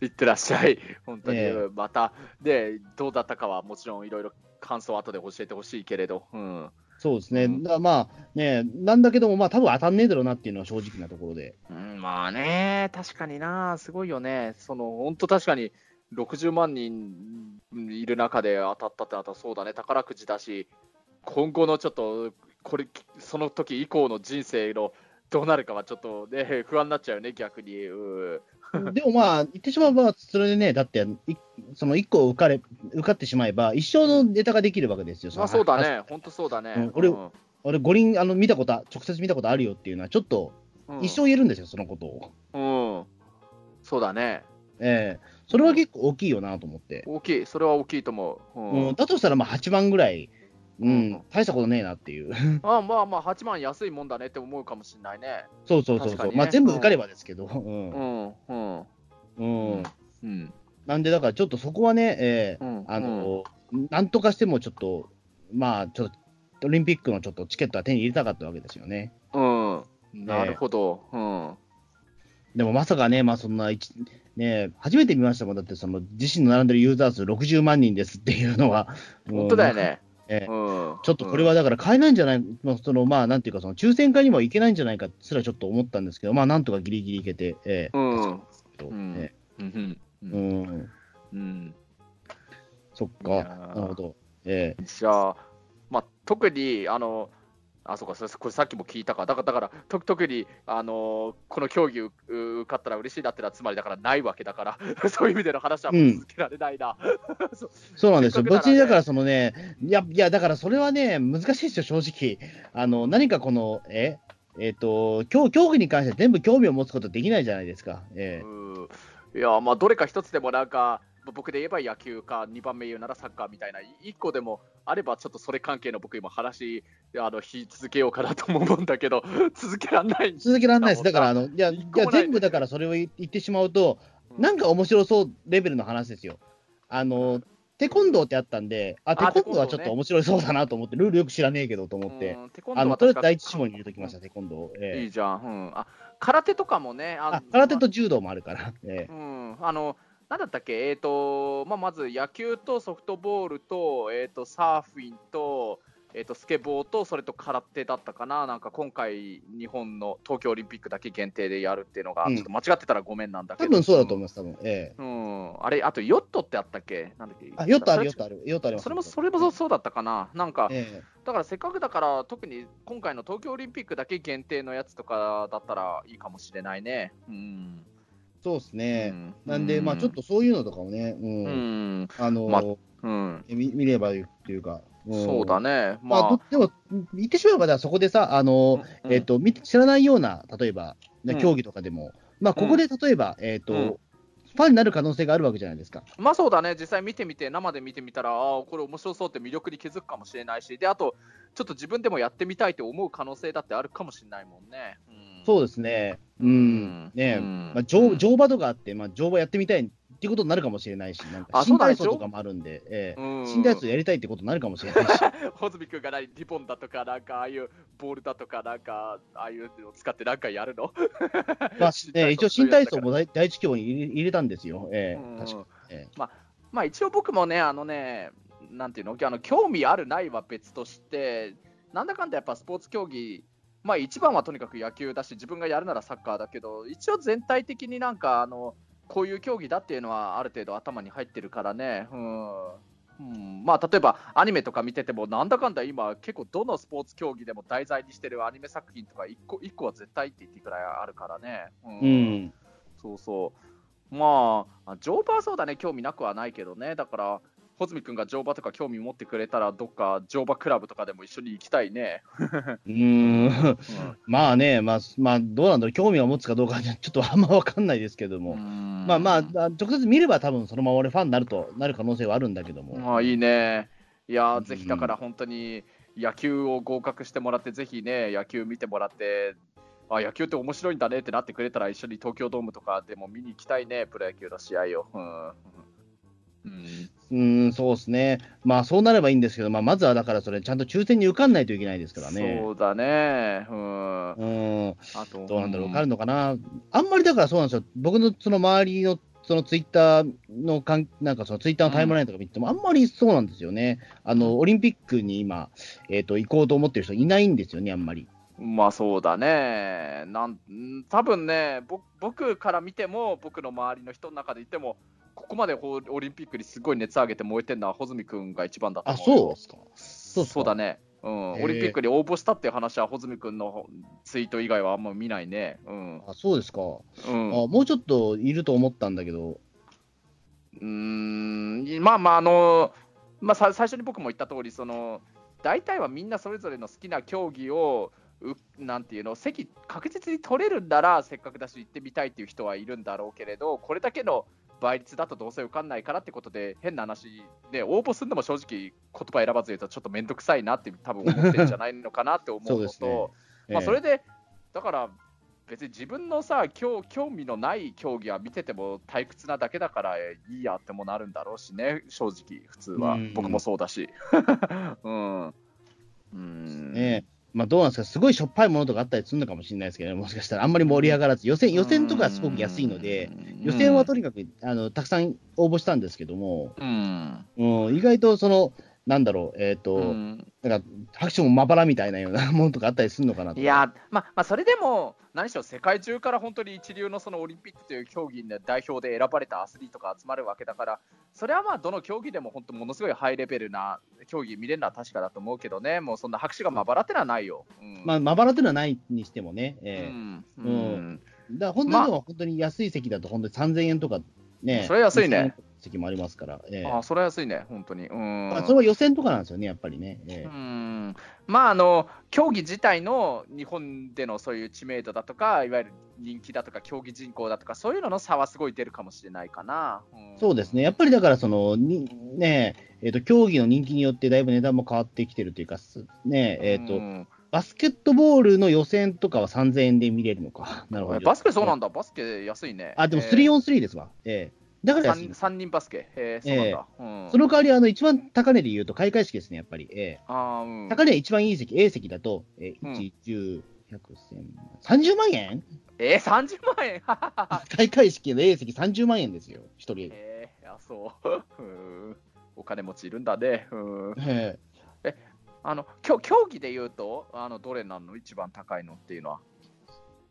C: いってらっしゃ い、本当に、
B: ええ
C: また、で、どうだったかはもちろんいろいろ感想を後で教えてほしいけれど、うん、
B: そうですね、
C: うん
B: だからまあね、なんだけども、まあ多分当たんねえだろうなっていうのは正直なところで、
C: うん、まあね、確かにな、すごいよね、その本当、確かに60万人うんいる中で当たったってなったら、そうだね、宝くじだし、今後のちょっと、これ、その時以降の人生のどうなるかはちょっとね、不安になっちゃうよね、逆に。うん
B: でもまあ、言ってしまえば、それでね、だってい、その1個受かれ受かってしまえば、一生のネタができるわけですよ、
C: まあ、そうだね、本当そうだね。
B: うん俺
C: うん
B: 俺、五輪あの見たことあ、直接見たことあるよっていうのは、ちょっと
C: うん
B: 一生言えるんですよ、そのことを。
C: うん、そうだね、
B: ええそれは結構大きいよなと思って、
C: 大きい、それは大きいと思う。うん
B: うん、だとしたら、まあ8万ぐらい、う
C: うん
B: ん、大したことねえなっていう、
C: あまあまあ、8万安いもんだねって思うかもしれないね。
B: そうそうそう
C: 確
B: そ
C: か
B: う、
C: にね
B: まあ全部受かればですけど、
C: うん、うん、
B: うん、うん、
C: うん、
B: なんで、だからちょっとそこはね、ええ
C: うん
B: あの、なんとかしてもちょっと、まあ、ちょっと、オリンピックのちょっとチケットは手に入れたかったわけですよね。
C: うん、なるほど、うん、
B: でもまさかね、まあそんな一、ね、初めて見ましたもん、だってその自身の並んでるユーザー数60万人ですっていうのは、
C: 本当だよ
B: もうなんか。
C: ね。
B: ええ
C: うん、
B: ちょっとこれはだから買えないんじゃない、まあ、そのまあなんていうか、その抽選会にもいけないんじゃないかすらちょっと思ったんですけど、まあなんとかギリギリいけて、ええ
C: うん、うん、
B: と
C: うん
B: え
C: うん、
B: えうん、
C: うん、
B: そっ
C: いや
B: か、な
C: ー
B: るほど。ええ
C: じゃあ、まあ、特に、あの、あ、そうか、そこれさっきも聞いたか、だから、だから、と特に、あの、この競技うう受かったら嬉しいなってのは、つまりだからないわけだから、 そういう意味での話はもう続けられないな。
B: そうなんです
C: せ
B: よ、
C: っかくなら
B: 別
C: ね
B: にだから、そのね、いや、いやだからそれはね、難しいですよ、正直。あの何かこの、ええっと競競技に関して全部興味を持つことできないじゃないですか。ええ
C: うんいや、まあ、どれか一つでもなんか、まあ僕で言えば野球か、2番目言うならサッカーみたいな、い一個でもあれば、ちょっとそれ関係の僕、今、話、あの、引き続けようかなとも思うんだけど、 続けられないんです。
B: 続けられないです。だから、あのいや、い
C: 一個
B: や
C: もない
B: 全部だからそれを言言ってしまうと、なんか面白そうレベルの話ですよ。あのテコンドーってあったんで、あ、
C: あ
B: テコンドーは
C: テ
B: ち
C: コ
B: ょ
C: ンドーね
B: っと面白そうだなと思って、ルールよく知らねえけどと思って、
C: うんテコンド
B: あ
C: ー
B: の
C: は
B: とりあえず
C: 確か
B: 第一志望に入れときました、テコンドーを。
C: い
B: え
C: いじゃん、うん、あ空手とかもね、
B: え
C: あ
B: あ空手と柔道もあるから、ええ
C: うん、あの、なんだったっけ、えっ、と、まあ、まず野球とソフトボールと、えっ、と、サーフィンと。えっとスケボーとそれと空手だったかな、なんか今回、日本の東京オリンピックだけ限定でやるっていうのが、
B: うん
C: ちょっと間違ってたらごめんなんだけ
B: 多
C: ど、
B: 分そうだと思います、多分ええ
C: うん、あれ、あとヨットってあったっけ、なんだっけ、
B: あ、ヨットある、ヨッ
C: そ
B: トある、ヨットあり
C: れ
B: ます。
C: それもそれもそうそうだったかな、なんか、
B: え
C: だからせっかくだから、特に今回の東京オリンピックだけ限定のやつとかだったらいいかもしれないね。うん
B: えそうです
C: う
B: ね。
C: ん
B: なんで、まあちょっとそういうのとかもね、うん
C: うん、
B: あのー
C: まあうん、
B: え見見ればいいっていうか、ん
C: そうだね、
B: まあ、
C: ま
B: どでも、言ってしまえばだ、そこでさ、あの
C: あ、
B: ーえっ、と見て知らないような、例えば、ね
C: うん
B: 競技とかでも、まあ、ここで例えば、えっと
C: うん
B: ファンになる可能性があるわけじゃないですか。
C: うんまあそうだね、実際見てみて、生で見てみたら、ああ、これ面白そうって魅力に気づくかもしれないし、であと、ちょっと自分でもやってみたいと思う可能性だってあるかもしれないもんね。うん、
B: そう
C: う
B: ですね。うん。
C: うん
B: ね、
C: うん
B: まあ、乗乗馬とかあって、まあ、乗馬やってみたいっていうことになるかもしれないし、なんか
C: あ
B: 死
C: そうんだ
B: だ
C: ね
B: やつとかもあるんで、ええ
C: うん
B: 死んだやつやりたいってことになるかもしれ ないし、
C: ホズミ君が何リボンだとか、なんかああいうボールだとか、なんかああいうのを使ってなんかやるの
B: まあ
C: 新体
B: え
C: 操
B: え一応、新体操も第第一競技に入れ入れたんですよ、ええ確
C: う
B: か
C: ん
B: ええ
C: まあまあ一応僕もね、あのね、なんていうの、あの興味あるないは別として、なんだかんだやっぱスポーツ競技、まあ一番はとにかく野球だし、自分がやるならサッカーだけど、一応全体的になんかあの、こういう競技だっていうのはある程度頭に入ってるからね、うん。うん、まあ例えばアニメとか見ててもなんだかんだ今結構どのスポーツ競技でも題材にしてるアニメ作品とか1個 ,1 個は絶対って言っていいくらいあるからね。
B: う、ん。
C: そうそう。まあ、乗馬はそうだね、興味なくはないけどね。だから、穂積君が乗馬とか興味持ってくれたら、どっか乗馬クラブとかでも一緒に行きたいね。
B: うーん
C: う
B: まあね、まあ、まあ、どうなんだろう、興味を持つかどうかはちょっとあ んまわかんないですけども、
C: ん
B: まあまあ、あ直接見れば多分そのまま俺ファンになるとなる可能性はあるんだけども。
C: まあいいね。いやー、
B: うん
C: ぜひだから本当に野球を合格してもらって、ぜひね、野球見てもらって、あ野球って面白いんだねってなってくれたら、一緒に東京ドームとかでも見に行きたいね、プロ野球の試合を。うんうん
B: うーん、そうですね。まあそうなればいいんですけど、まあまずはだからそれちゃんと抽選に受かんないといけないですからね。
C: そうだね。うん。あ
B: うーん、
C: と
B: どうなんだろう、受かるのかな。あんまりだからそうなんですよ。僕のその周りのそのツイッターのかん、なんかそのツイッターのタイムラインとか見ても、あんまりそうなんですよね。あの、オリンピックに今、えっ、と、行こうと思ってる人いないんですよね、あんまり。
C: まあそうだね。なんん多分ね、ぼ僕から見ても、僕の周りの人の中でいても、ここまでほうオリンピックにすごい熱上げて燃えてるのは、穂積君が一番だと
B: あ、
C: 思う
B: そう
C: よ。
B: ですか。
C: そう
B: っすか
C: だね、うん。
B: へえ
C: オリンピックに応募したっていう話は、穂積君のツイート以外はあんま見ないね。うん。
B: あ、そうですか。
C: うん、
B: あ、もうちょっといると思ったんだけど。
C: うーんまあまあ、あの、まあ、さ最初に僕も言った通り、その大体はみんなそれぞれの好きな競技を、うなんていうの、席確実に取れるんなら、せっかくだし行ってみたいっていう人はいるんだろうけれど、これだけの倍率だとどうせ受かんないからってことで、変な話、ね、応募するのも正直、言葉選ばず言うと、ちょっと面倒くさいなって、多分思ってるんじゃないのかなって思
B: そう
C: う
B: で
C: の
B: すね
C: と。まあ、それ
B: え
C: で、だから別に自分のさ興興味のない競技は見てても退屈なだけだからえーいいやってもなるんだろうしね、正直、普通は
B: うん。
C: 僕もそうだし。 うん。うん
B: えねえまあ、どうなんですか、すごいしょっぱいものとかあったりするのかもしれないですけどね、もしかしたらあんまり盛り上がらず、予選予選とかはすごく安いので、、予選はと
C: り
B: にかくあのたくさん応募したんですけども、
C: うん。
B: うん、意外とその、なんだろう、えっ、と、
C: うん
B: なんか拍手もまばらみたいなようなものとかあったりするのかなと。
C: いやまあまあ、それでも、何しろ世界中から本当に一流のそのオリンピックという競技の代表で選ばれたアスリートが集まるわけだから、それはまあどの競技でも本当、ものすごいハイレベルな競技見れるのは確かだと思うけどね、もうそんな拍手がまばらってのはないよ。うん
B: まあ、まばらというのはないにしてもね、
C: う
B: え
C: ん
B: えうんえだから本当に
C: まあ
B: でも本当に安い席だと、本当に3000円とかね、
C: それ安い
B: 2000円
C: ね
B: とかの席もありますから、ええ
C: あそれは安いね、本当に。うん
B: まあ、それは予選とかなんですよね、やっぱりね。ええ
C: うんまああの競技自体の日本でのそういう知名度だとかいわゆる人気だとか競技人口だとかそういうのの差はすごい出るかもしれないかな、ん
B: そうですね、やっぱりだからそのに、ねええーと、競技の人気によってだいぶ値段も変わってきてるというか、すねええーと
C: うん
B: バスケットボールの予選とかは3000円で見れるのか、なるほど。
C: バスケそうなんんだ、バスケ安いね。
B: あでも
C: えー
B: 3on3 ですわ、えだから安いん
C: 三
B: です
C: 三人バスケ。へえ、そうなんだ。うん、
B: その代わり、あの、一番高値で言うと、開会式ですね、やっぱり。ええ
C: あーうん
B: 高値一番いい席、A 席だと、え
C: うん
B: 1、10、100、1000、30万円
C: えー、30万円
B: 開会式の A 席30万円ですよ、一人。え
C: えー、いやそう。 うんお金持ちいるんだね。うん
B: え
C: あのきょ競技で言うと、あのどれなの一番高いのっていうのは。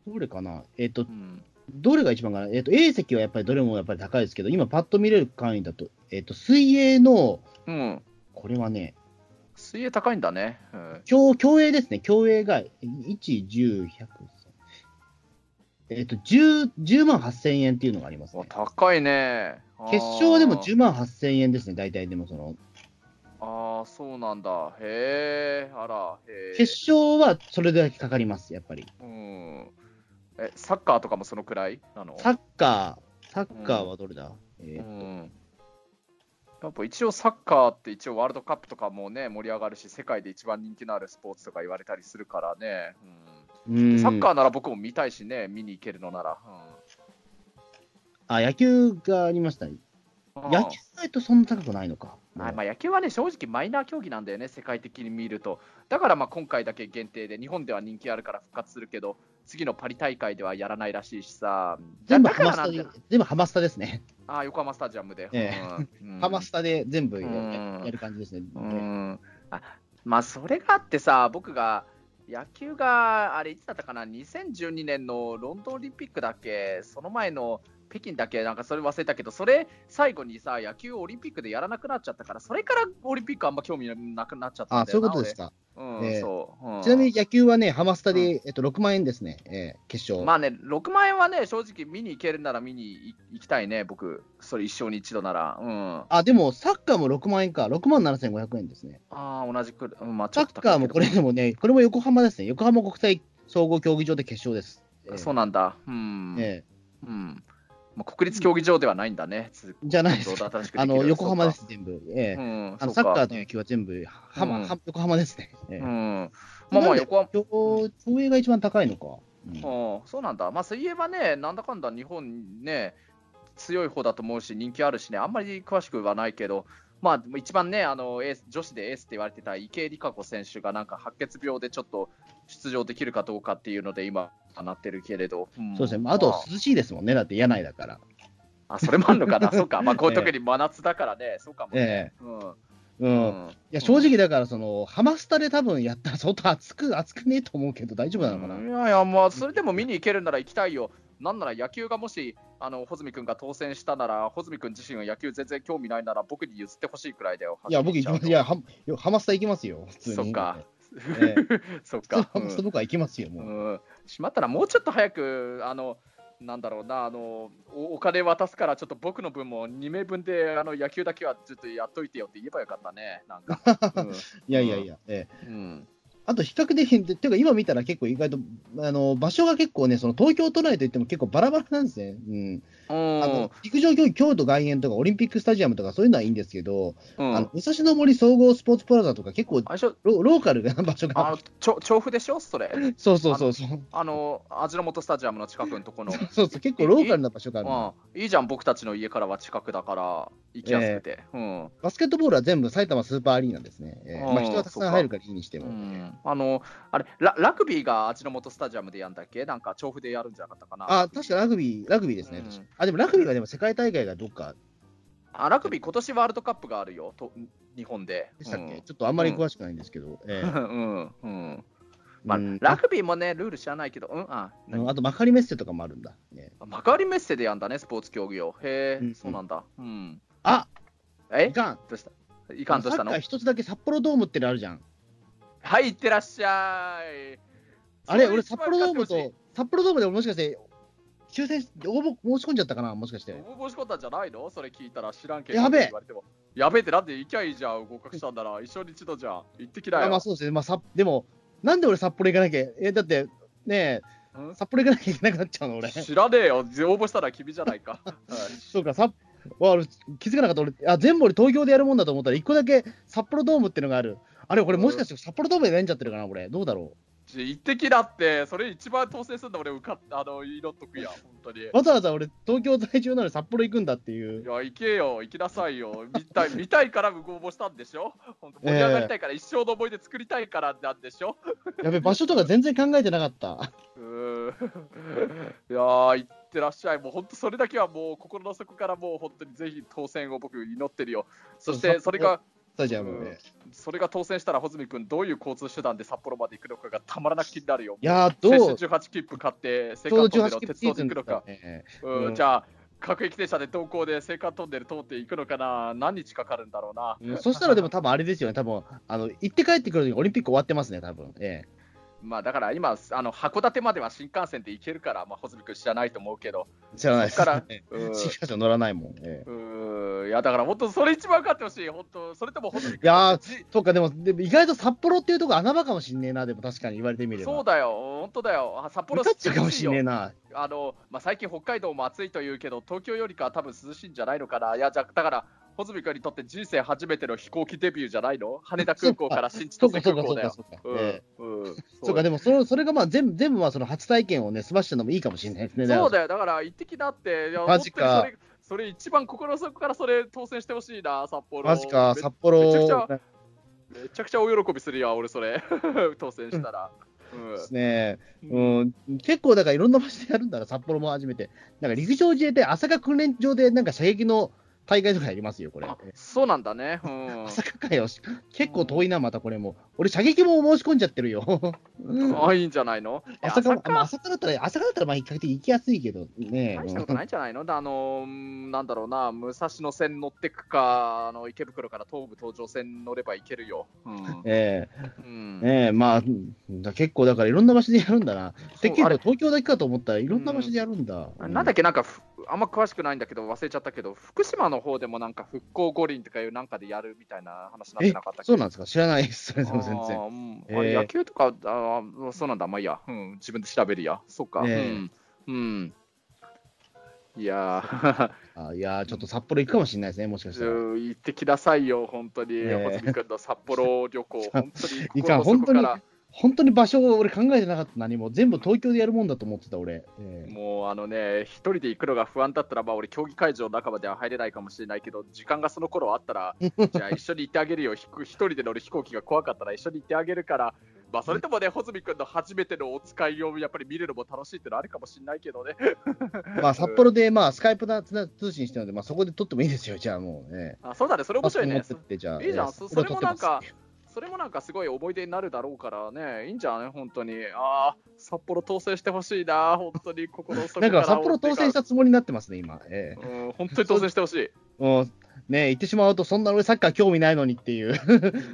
B: どれかなえっ、と
C: う、ん、
B: どれが一番かなえっ、と、A 席はやっぱりどれもやっぱり高いですけど、今パッと見れる範囲だと、えっ、と、水泳の、
C: うん、
B: これはね、
C: 水泳高いんだね。うん
B: 競競泳ですね、競泳が1、10、100、えっ、と10、10万8000円っていうのがあります、
C: お
B: ね。
C: 高いね。あー
B: 決勝はでも10万8000円ですね、大体でもその。
C: ああ、そうなんだ。へえ、あら、へえ。
B: 決勝はそれだけかかります、やっぱり。
C: うん。え、サッカーとかもそのくらいなの
B: サッカー、サッカーはどれだ、え
C: う
B: ー
C: ん。やっぱ一応サッカーって一応ワールドカップとかもね盛り上がるし世界で一番人気のあるスポーツとか言われたりするからね、うんサッカ
B: ー
C: ーなら僕も見たいしね見に行けるのなら、
B: あ野球がありましたね。
C: うん、
B: 野球サイトそんな高くないのか。
C: うんはいまあ、野球はね正直マイナー競技なんだよね世界的に見るとだからまあ今回だけ限定で日本では人気あるから復活するけど次のパリ大会ではやらないらしいしさ
B: 全部
C: だ
B: ハ
C: から
B: マス
C: な
B: タ
C: んて
B: で、全部ハマスタですね。
C: ああ横浜スタジアムで、
B: え
C: うんうん
B: ハマスタで全部や
C: うん
B: やる感じですね。
C: うんあまあそれがあってさ僕が野球があれいつだったかな2012年のロンドンオリンピックだっけその前の北京だっけなんかそれ忘れたけどそれ最後にさ野球をオリンピックでやらなくなっちゃったからそれからオリンピックあんま興味なくなっちゃった
B: あ
C: んだ
B: そうい
C: よ
B: う
C: な
B: ことですか。
C: 俺うん
B: ええ
C: そう、うん
B: ちなみに野球はね、ハマスタで、えっと、6万円ですね、えー決勝。
C: まあね6万円はね正直見に行けるなら見に行きたいね僕それ一生に一度ならうん
B: あ、でも、サッカーも6万円か、6万7500円ですね。
C: ああ同じくらいうんまあち
B: サ
C: ょっと
B: ッカーもこれ
C: 高いけ
B: でもね、これも横浜ですね、横浜国際総合競技場で決勝です。
C: どそう
B: う
C: なんだうん
B: え
C: うんまあ、国立競技場ではないんだね、つ
B: えじゃないです
C: 活動
B: か。
C: が新しくできる
B: あの、横浜で。
C: そ
B: す、全部。え
C: う
B: え
C: かうん、
B: あの
C: そ
B: サ
C: うか
B: ッカーと野球は全部、は
C: うん
B: まは横浜ですね。ええ
C: うん、まあまあ横浜、
B: 競競泳が一番高いのか。うん
C: うん、そうなんだ、まあ、水泳はね、なんだかんだ日本ね、強い方だと思うし、人気あるしね、あんまり詳しくはないけど、まあ、一番ねあのエース、女子でエースって言われてた池江璃花子選手が、なんか白血病でちょっと出場できるかどうかっていうので、今、なってるけれど、ん
B: そうですね、まああと
C: まあ
B: 涼しいですもんね、だって柳井だから。
C: あそれもあるのか な、そうか、まあ、こういう特に真夏だからね、そうかもね。
B: え
C: うん
B: えう。
C: うん
B: い
C: ん
B: や、正直だから、その、ハマスタで多分やったら、相当熱く、熱くねえと思うけど、大丈夫なのかな。
C: いやいや、まあ、それでも見に行けるなら行きたいよ。なんなら野球がもし、あの、穂積君が当選したなら、穂積君自身が野球全然興味ないなら、僕に譲ってほしいくらいだよ。
B: いや、僕行きます。いや、ハハマスタ行きますよ、普通に。
C: そっか
B: ええ。
C: そっ
B: 普通に
C: か。
B: ハマスタ僕は行きますよ、
C: う
B: もう。
C: んうんしまったら、もうちょっと早く、あの、なんだろうな、あの、おお金渡すから、ちょっと僕の分も2名分で、あの、野球だけはちょっとやっといてよって言えばよかったね。なんか。
B: いやいやいや、ええ、
C: うんうん
B: あと比較的、ていうか今見たら結構意外と、あの場所が結構ね、その東京都内といっても結構バラバラなんですね。うん、 あの陸上競技、京都外苑とかオリンピックスタジアムとかそういうのはいいんですけど、
C: うん
B: あの武蔵野森総合スポーツプラザとか結構
C: あれでしょ
B: ロローカルな場所
C: あ
B: が、
C: のちょ調布でしょ、それ。
B: そうそうそうそう、
C: あの、味の素スタジアムの近くのとこの。
B: そうそう、結構ローカルな場所があるの。
C: うん、いいじゃん、僕たちの家からは近くだから、行きやすくて。うん
B: バスケットボールは全部埼玉スーパーアリーナですね。ええ
C: あー
B: まあ、人はたくさん入るからいいにしても。
C: うんあの、あれラ、ラグビーがあっちの元スタジアムでやんだっけなんか調布でやるんじゃなかったかな。
B: あ、確かラグビー、ラグビーですね。
C: うん
B: 確かあ、でもラグビーがでも世界大会がどっか
C: あラグビー、今年ワールドカップがあるよ、と日本で。
B: でしたっけ、
C: うん
B: ちょっとあんまり詳しくないんですけど。ええ
C: うんうんまあ
B: うん
C: ラグビーもね、ルール知らないけど、うん、あ、
B: うんあと、マカリメッセとかもあるんだ。ね、
C: マカリメッセでやんだね、スポーツ競技を。へえ、
B: うんうん
C: そうなんだ。うん。
B: あい
C: え
B: かん。
C: どうしたいかんとしたの
B: サッカー一つだけ札幌ドームってのあるじゃん。
C: はい、いってらっしゃい。
B: あれ、
C: そ
B: 俺、
C: 一
B: 札
C: 番
B: 幌ドーム
C: 使ってほしい
B: と、札幌ドームでもしかして、抽選し、応募申し込んじゃったかな、もしかして。
C: 応募し込んだんじゃないのそれ聞いたら知らんけ
B: やべえ
C: 言われてもやべえってなんで行きゃいいじゃん合格したんだら一生に一度じゃん行ってきな
B: あまあ、
C: よ、
B: そうですね。まあ、さでも、なんで俺、札幌行かなきゃ、え、だって、ね
C: うん
B: え、札幌行かなきゃいけなくなっちゃうの、俺。
C: 知らねえよ応募したら君じゃないか、はい
B: そうか、札わ俺気づかなかった、俺、あ全部俺、東京でやるもんだと思ったら、一個だけ札幌ドームってのがある。あれ、これ、もしかして札幌ドームで悩んじゃってるかな、これ。どうだろ
C: 一滴だって、それ一番当選するんだ俺受かっあの、祈っとくや、本当に。い
B: わざわざ俺、東京在住なのに札幌行くんだっていう。
C: や、行けよ、行きなさいよ。見たい、見たいからご応募したんでしょ本当盛り上がりたいから、一生の思い出作りたいからなんでしょ
B: やべ、場所とか全然考えてなかった。
C: うーん いやー、行ってらっしゃい。もう本当それだけはもう心の底からもう本当にぜひ当選を僕祈ってるよ。そし
B: そ
C: て
B: う
C: それが、
B: スタジアムで。
C: うんそれが当選したら、穂積君、どういう交通手段で札幌まで行くのかがたまらなく気になるよ。
B: いやー、ど
C: 青春
B: うち
C: 18切符買って、青
B: ょうど
C: 函トンネルを
B: 18切符
C: 鉄
B: シ
C: 道
B: ー
C: で
B: ズン
C: 行
B: だ
C: くの
B: っ
C: か
B: た。ね。
C: うん
B: うん
C: じゃあ、各駅停車で同行で青函トンネル通っていくのかな、何日かかるんだろうな。
B: うんそしたらでも多分あれですよね、多分あの行って帰ってくるのにオリンピック終わってますね、多分え
C: まあだから今、あの函館までは新幹線で行けるから、まあ、穂積君知らないと思うけど、
B: え知らないです。
C: そ っから
B: ええ
C: うん
B: 新幹線乗らないもん。ええ
C: うーんいやだから本当それ一番勝ってほしい、本当それとも本当に
B: いやー
C: じ
B: そうか、でもでも意外と札幌っていうとこ穴場かもしんねえな、でも確かに言われてみれば。
C: そうだよ、本当だよ、あ札幌
B: 受かっちゃうかもしんねえな。
C: あのまあ、最近、北海道も暑いというけど、東京よりかは多分涼しいんじゃないのかな、いやじゃあだから、穂積君にとって人生初めての飛行機デビューじゃないの羽田空港から新千
B: そうか、
C: 歳
B: そう
C: 空
B: か、そ
C: 港
B: う
C: だ
B: か、
C: よ。
B: そうか。
C: うん
B: ええ
C: うん
B: そうか、でもそれそれがまあ全部全部はその初体験をね、済ましてるのもいいかもしれないですね。
C: そう
B: だか
C: だよ、だから行ってきなって、いや
B: マジか
C: 本当にそれそれ一番心の底からそれ当選してほしいな、札幌。
B: らマジか、札幌
C: めちゃくちゃ
B: で
C: めめちゃくちゃ大喜びするよ、俺、それ、 当選したら。うん
B: すね。うん、結構だからいろんな場所でやるんだな、札幌も初めて。なんか陸上自衛隊朝霞訓練場でなんか射撃の大会とかやりますよ、これ。
C: あそうなんだね。うん
B: 朝霞かよ、し結構遠いな、またこれも。俺、射撃も申し込んじゃってるよ。
C: あ、いいんじゃないのいや
B: 朝霞もま
C: 朝霞
B: あ朝霞だったら、朝霞だったらまあ比較的行きやすいけどね。
C: 大したことないんじゃないのだあのーなんだろうな、武蔵野線乗ってくか、あの池袋から東武東上線乗れば行けるよ。うん
B: え
C: うん
B: えねえ、まあ、うんだ結構だからいろんな場所でやるんだな。てっきり
C: あれ
B: 東京だけかと思ったらいろんな場所でやるんだ。
C: なんだっけ、なんかふ、あんま詳しくないんだけど、忘れちゃったけど、福島の方でもなんか復興五輪とかいうなんかでやるみたいな話になって
B: え
C: なかったっけ
B: そうなんですか知らないです、それでも全然。
C: あーうん
B: えー
C: あれ野球とか、あーそうなんだ、まあいいや、うん、自分で調べるや、そうか、
B: ね
C: うん、うん。いやー、
B: あいやー、ちょっと札幌行くかもしれないですね、もしかしたら。
C: うん行ってきなさいよ、本当に、
B: ええ
C: 穂積君の札幌 旅行、本当に、
B: いかん
C: 心の底か
B: 本本当に場所を俺考えてなかった何も全部東京でやるもんだと思ってた俺、え
C: ら
B: え
C: もうあのね、一人で行くのが不安だったら、まあ、俺、競技会場の中までは入れないかもしれないけど、時間がその頃あった ら、じゃあ一緒に行ってあげるよ、ひく一人で乗る飛行機が怖かったら一緒に行ってあげるから、まあ、それともね、穂積君の初めてのお使いをやっぱり見るのも楽しいってのはあるかもしれないけどね。
B: まあ札幌でまあスカイプなつな通信してるので、まあ、そこで撮ってもいいですよじゃあもうね
C: あそうだね、それ面白いね
B: パ。ソコン持ってってじゃあ
C: いいじゃん
B: ええ
C: そ
B: 札幌撮ってます
C: それもなんそれもなんかすごい思い出になるだろうからね、いいんじゃない本当に。ああ、札幌当選してほしいな、本当に心の底
B: なん
C: ら
B: か札幌当選したつもりになってますね今、ええ
C: うん、本当に当選してほしい。
B: もうね言ってしまうとそんな俺サッカー興味ないのにっていう、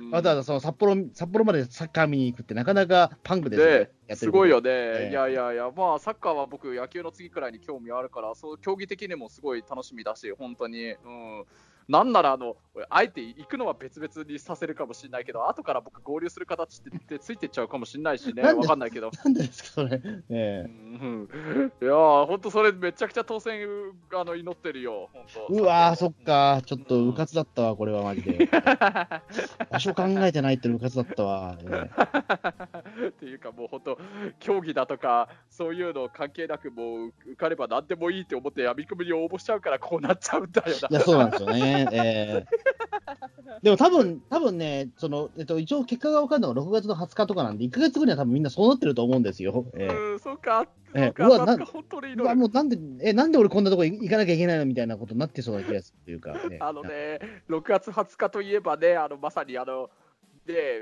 C: うん
B: わざわざその札幌札幌までサッカー見に行くってなかなかパンクですよね
C: で
B: やって
C: す
B: ること
C: ごいよね、
B: え
C: いやいやいや、まあサッカーは僕、野球の次くらいに興味あるから、そう競技的にもすごい楽しみだし、本当に、うん、なんならあの、俺あえて行くのは別々にさせるかもしれないけど、後から僕、合流する形ってってついてっちゃうかもしれないしね、
B: なんで
C: わかんないけど、
B: なんでですかそれ、え
C: う
B: え
C: んいやー、本当それめちゃくちゃ当選あの祈ってるよ、本当。
B: うわーそっ。かちょっとうかつだったわこれはマジ で場所考えてないってうかつだったわ、ええ
C: っていうかもう本当競技だとかそういうの関係なくもう受かれば何でもいいって思って闇組に応募しちゃうからこうなっちゃうんだよ
B: いや、そうなんですよ ね。ええでも多分、多分ね、その、えっと、一応結果が分かるのが6月の20日とかなんで、1ヶ月後には多分みんなそうなってると思うんですよ。え
C: な。
B: え
C: うん、そうか。
B: え
C: そうか。
B: うわ
C: な
B: なんん
C: か本当に
B: うわ
C: 祈る。
B: もうなんで、え、なんで俺こんなとこ行かなきゃいけないのみたいなことになってそうな気がするというか。ええ
C: あの。ね、6月20日といえばね、あのまさにあの、で、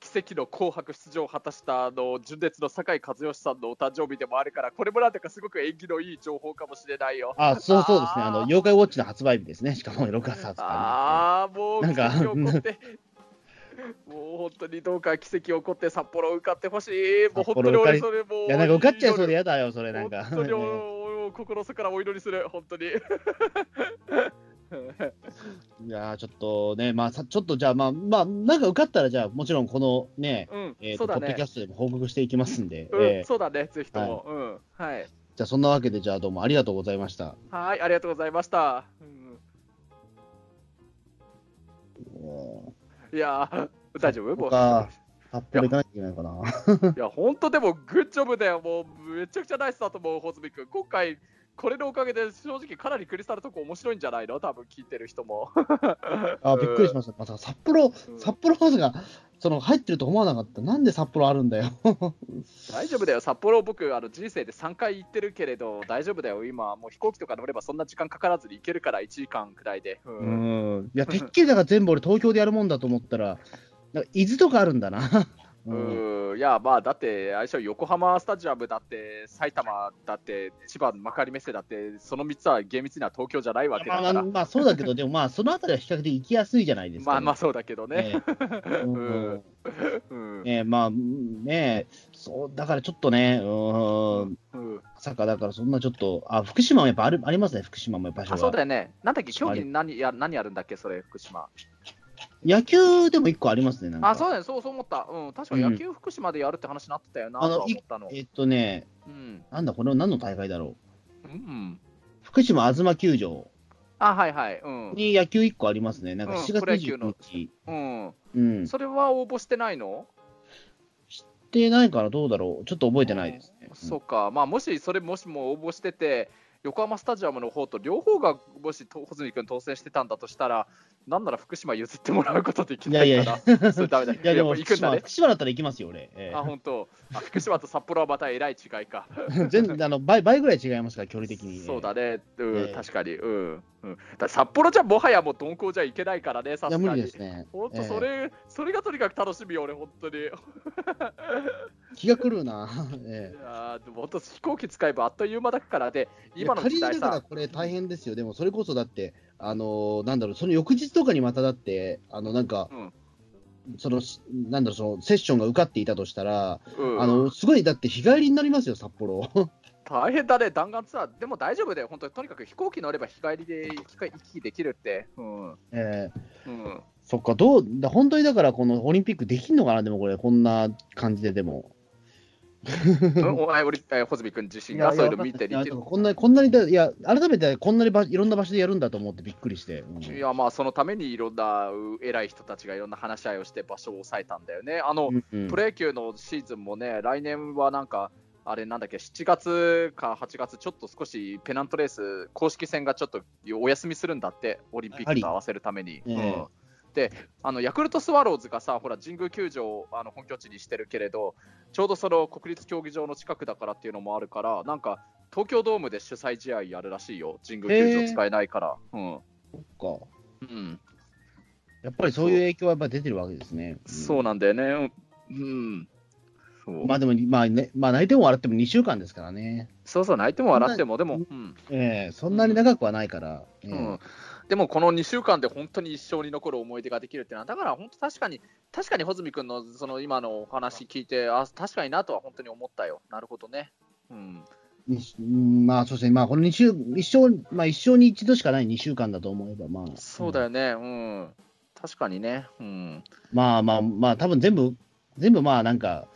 C: 奇跡の紅白出場を果たしたあの純烈の酒井和義さんのお誕生日でもあるから、これもなんだかすごく縁起のいい情報かもしれないよ。
B: あ、そうそうですね。あ
C: あー
B: の、妖怪ウォッチの発売日ですね。しかも6月20日、ね。
C: ああ、もう、
B: なんか
C: 奇跡起こって。もう本当にどうか奇跡起こって札幌を受かってほしい。もう本当に俺
B: 札
C: それもう。
B: いや、なんか受かっちゃいそうで嫌だよ、それなんか。
C: 本当に俺を心の底からお祈りする、本当に。
B: いやー、ちょっとね、まあ、さちょっとじゃあ、まあ、まあ、なんか受かったら、じゃあ、もちろんこのね、
C: うん、
B: えっ、
C: そ
B: と、
C: うだ
B: ポッドキ
C: ね
B: ャ。ストでも報告していきますんで、
C: うん、
B: ええ
C: そうだね、ぜひとも。うん、はい。
B: じゃあ、そんなわけで、じゃあ、どうもありがとうございました。
C: はい、ありがとうございました。うんいやー、大丈夫もう
B: か札幌行かなきゃいけないのかな。
C: いや、本当でも、グッジョブだよ。もう、めちゃくちゃナイスだと思う、ホズミ君。今回、これのおかげで、正直、かなりクリスタルトーク面白いんじゃないの多分聞いてる人も。
B: あびっくりしました。まさか札幌、
C: うん
B: 札幌ハウスがその入ってると思わなかった。なんで札幌あるんだよ。
C: 大丈夫だよ、札幌、僕、あの人生で3回行ってるけれど、大丈夫だよ、今、もう飛行機とか乗ればそんな時間かからずに行けるから、1時間くらいで。う
B: うんん。いや、てっきりだから全部俺東京でやるもんだと思ったら、なんか伊豆とかあるんだな。うん。
C: うんいや、まあ、だって、相性横浜スタジアムだって、埼玉だって、千葉の幕張メッセだって、その3つは厳密には東京じゃないわけだ
B: まあ
C: か
B: まあ、
C: ら。
B: まあそうだけど、でもまあそのあたりは比較的行きやすいじゃないですか、
C: まあまあそうだけどね。
B: ええうん
C: うんうん
B: ねえまあねえそうだからちょっとね、うん、
C: うん
B: 朝かだからそんなちょっと、あ福島もやっぱあるありますね、福島も場所が。
C: あそうだよね。なんだっけ、競技何や何やるんだっけ、それ、福島。
B: 野球でも一個ありますね、なんか。
C: あ、そうだね、そうそう思った。うん、確か野球福島でやるって話になってたよな、
B: あの
C: とは思ったの。
B: えっとね、
C: うん。
B: なんだ、これは何の大会だろう。
C: うん。
B: 福島あずま球場
C: あ、はいはい。うん。
B: に野球1個ありますね、なんか
C: うん
B: 7月
C: プロ野球の
B: 29日。
C: うん、
B: うん。
C: それは応募してないの、
B: で、ないからどうだろう、ちょっと覚えてないですね。
C: そうか、まあ、もしそれ、もしも応募してて、横浜スタジアムの方と両方がもしと穂積君当選してたんだとしたら、なんなら福島譲ってもらうことできない
B: いや
C: か
B: い
C: ら
B: や、
C: それダメだ。
B: いや、でも
C: やっぱ行
B: 福
C: くんだ
B: 島、
C: ね。
B: 福島だったら行きますよ、俺。ええ
C: あ、本当。あ福島と札幌はまたえらい違いか。
B: 全部あの倍倍ぐらい違いますから、距離的に。
C: そうだね、うん
B: ええ
C: 確かに、うんうん、だ札幌じゃもはやもう鈍行じゃいけないからね、さ
B: いや、
C: す
B: 無
C: が
B: 理
C: に
B: です。ね。
C: 本当
B: ええ
C: それ、それがとにかく楽しみよ、俺、本当に。い
B: 気が狂うな。 ええ
C: やーでも本当、飛行機使えばあっという間だからで、 今の
B: いや
C: 時代
B: 仮にだから
C: さ、
B: これ大変ですよ、でもそれこそだって、あのーなんだろう、その翌日とかにまただって、あのなんか、
C: うん
B: そのしなんだろう、そのセッションが受かっていたとしたら、
C: うん
B: あのすごいだって日帰りになりますよ、札幌。
C: 大変だね、弾丸ツアー、でも大丈夫だよ、本当に、とにかく飛行機乗れば日帰りで行きか行き来できるって、うん、 うん、
B: ええそっか、どうだ本当にだから、このオリンピックできんのかな、でもこれ、こんな感じででも。
C: うんお前俺、え穂積君自身がそういうの見て、
B: いや
C: 見
B: いや
C: て
B: こんなこんなにだ、いや、改めてこんなにばいろんな場所でやるんだと思ってびっくりして。うん
C: いやまあそのためにいろんなう偉い人たちがいろんな話し合いをして場所を抑えたんだよね。あの、
B: うんうん
C: プロ野球のシーズンもね、来年はなんか、あれなんだっけ、7月か8月、ちょっと少しペナントレース、公式戦がちょっとお休みするんだって、オリンピックと合わせるために。
B: ええ
C: うんであのヤクルトスワローズがさ、ほら神宮球場をあの本拠地にしてるけれど、ちょうどその国立競技場の近くだからっていうのもあるから、なんか東京ドームで主催試合やるらしいよ、神宮球場使えないから。
B: そっか
C: うんうん、
B: やっぱりそういう影響はやっぱり出てるわけですね。うん
C: そうなんだよね。うん。そう
B: まあでも、まあね、まあ泣いても笑っても2週間ですからね。
C: そうそう、泣いても笑っても、でも、うん。
B: ええそんなに長くはないから。ええ
C: うんでも、この2週間で本当に一生に残る思い出ができるっていうのは、だから本当、確かに、確かに穂積君のその今のお話聞いて、あ確かになとは本当に思ったよ。なるほどね。うん。
B: にうんまあそうですね、まあこの2週、一生、まあ一生に一度しかない2週間だと思えば、まあ。
C: そうだよね。うん。確かにね。うん。
B: うんまあまあまあ、多分全部、全部まあなんか、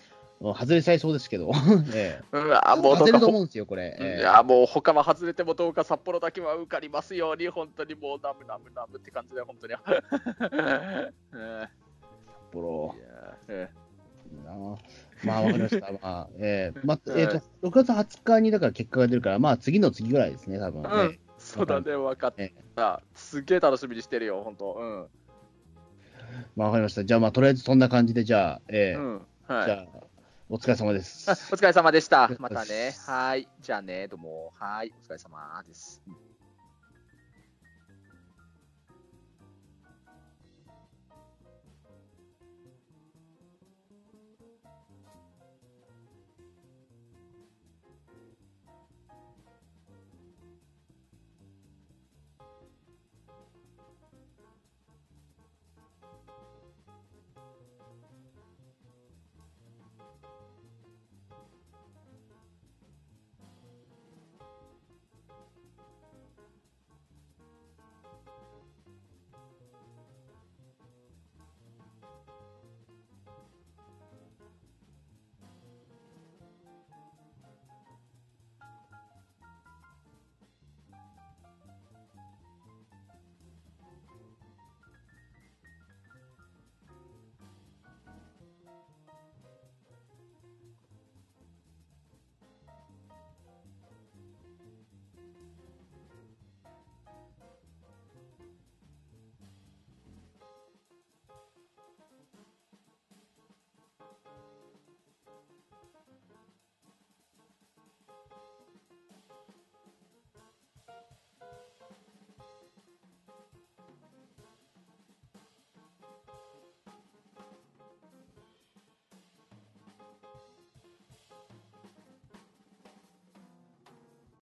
B: 外れちゃいそうですけど。 ええ
C: うわ、もうど
B: 外
C: う
B: れ
C: か
B: ると
C: ほ
B: 思うんですよ、これ。え
C: い
B: え
C: やもう他は外れてもどうか札幌だけは受かりますように本当にもうダムダムダムって感じで本 当に、うん
B: 札幌
C: いやーうん
B: まあわかりました。まあ、え えまあ、えっ、と、6月20日にだから結果が出るから、まあ次の次ぐらいですね、多分、ね。
C: うん、そうだね、分かった。すげえ楽しみにしてるよ、本当。うん。
B: まあわかりました。じゃあまあとりあえずそんな感じで、じゃあ、ええ
C: うん。はい。
B: じ
C: あ
B: ゃあ、お疲れ様です
C: お。疲れ様でした
B: お疲れ。様
C: またね
B: で。す
C: はい。じゃあね、どうも。はい。お疲れ様です。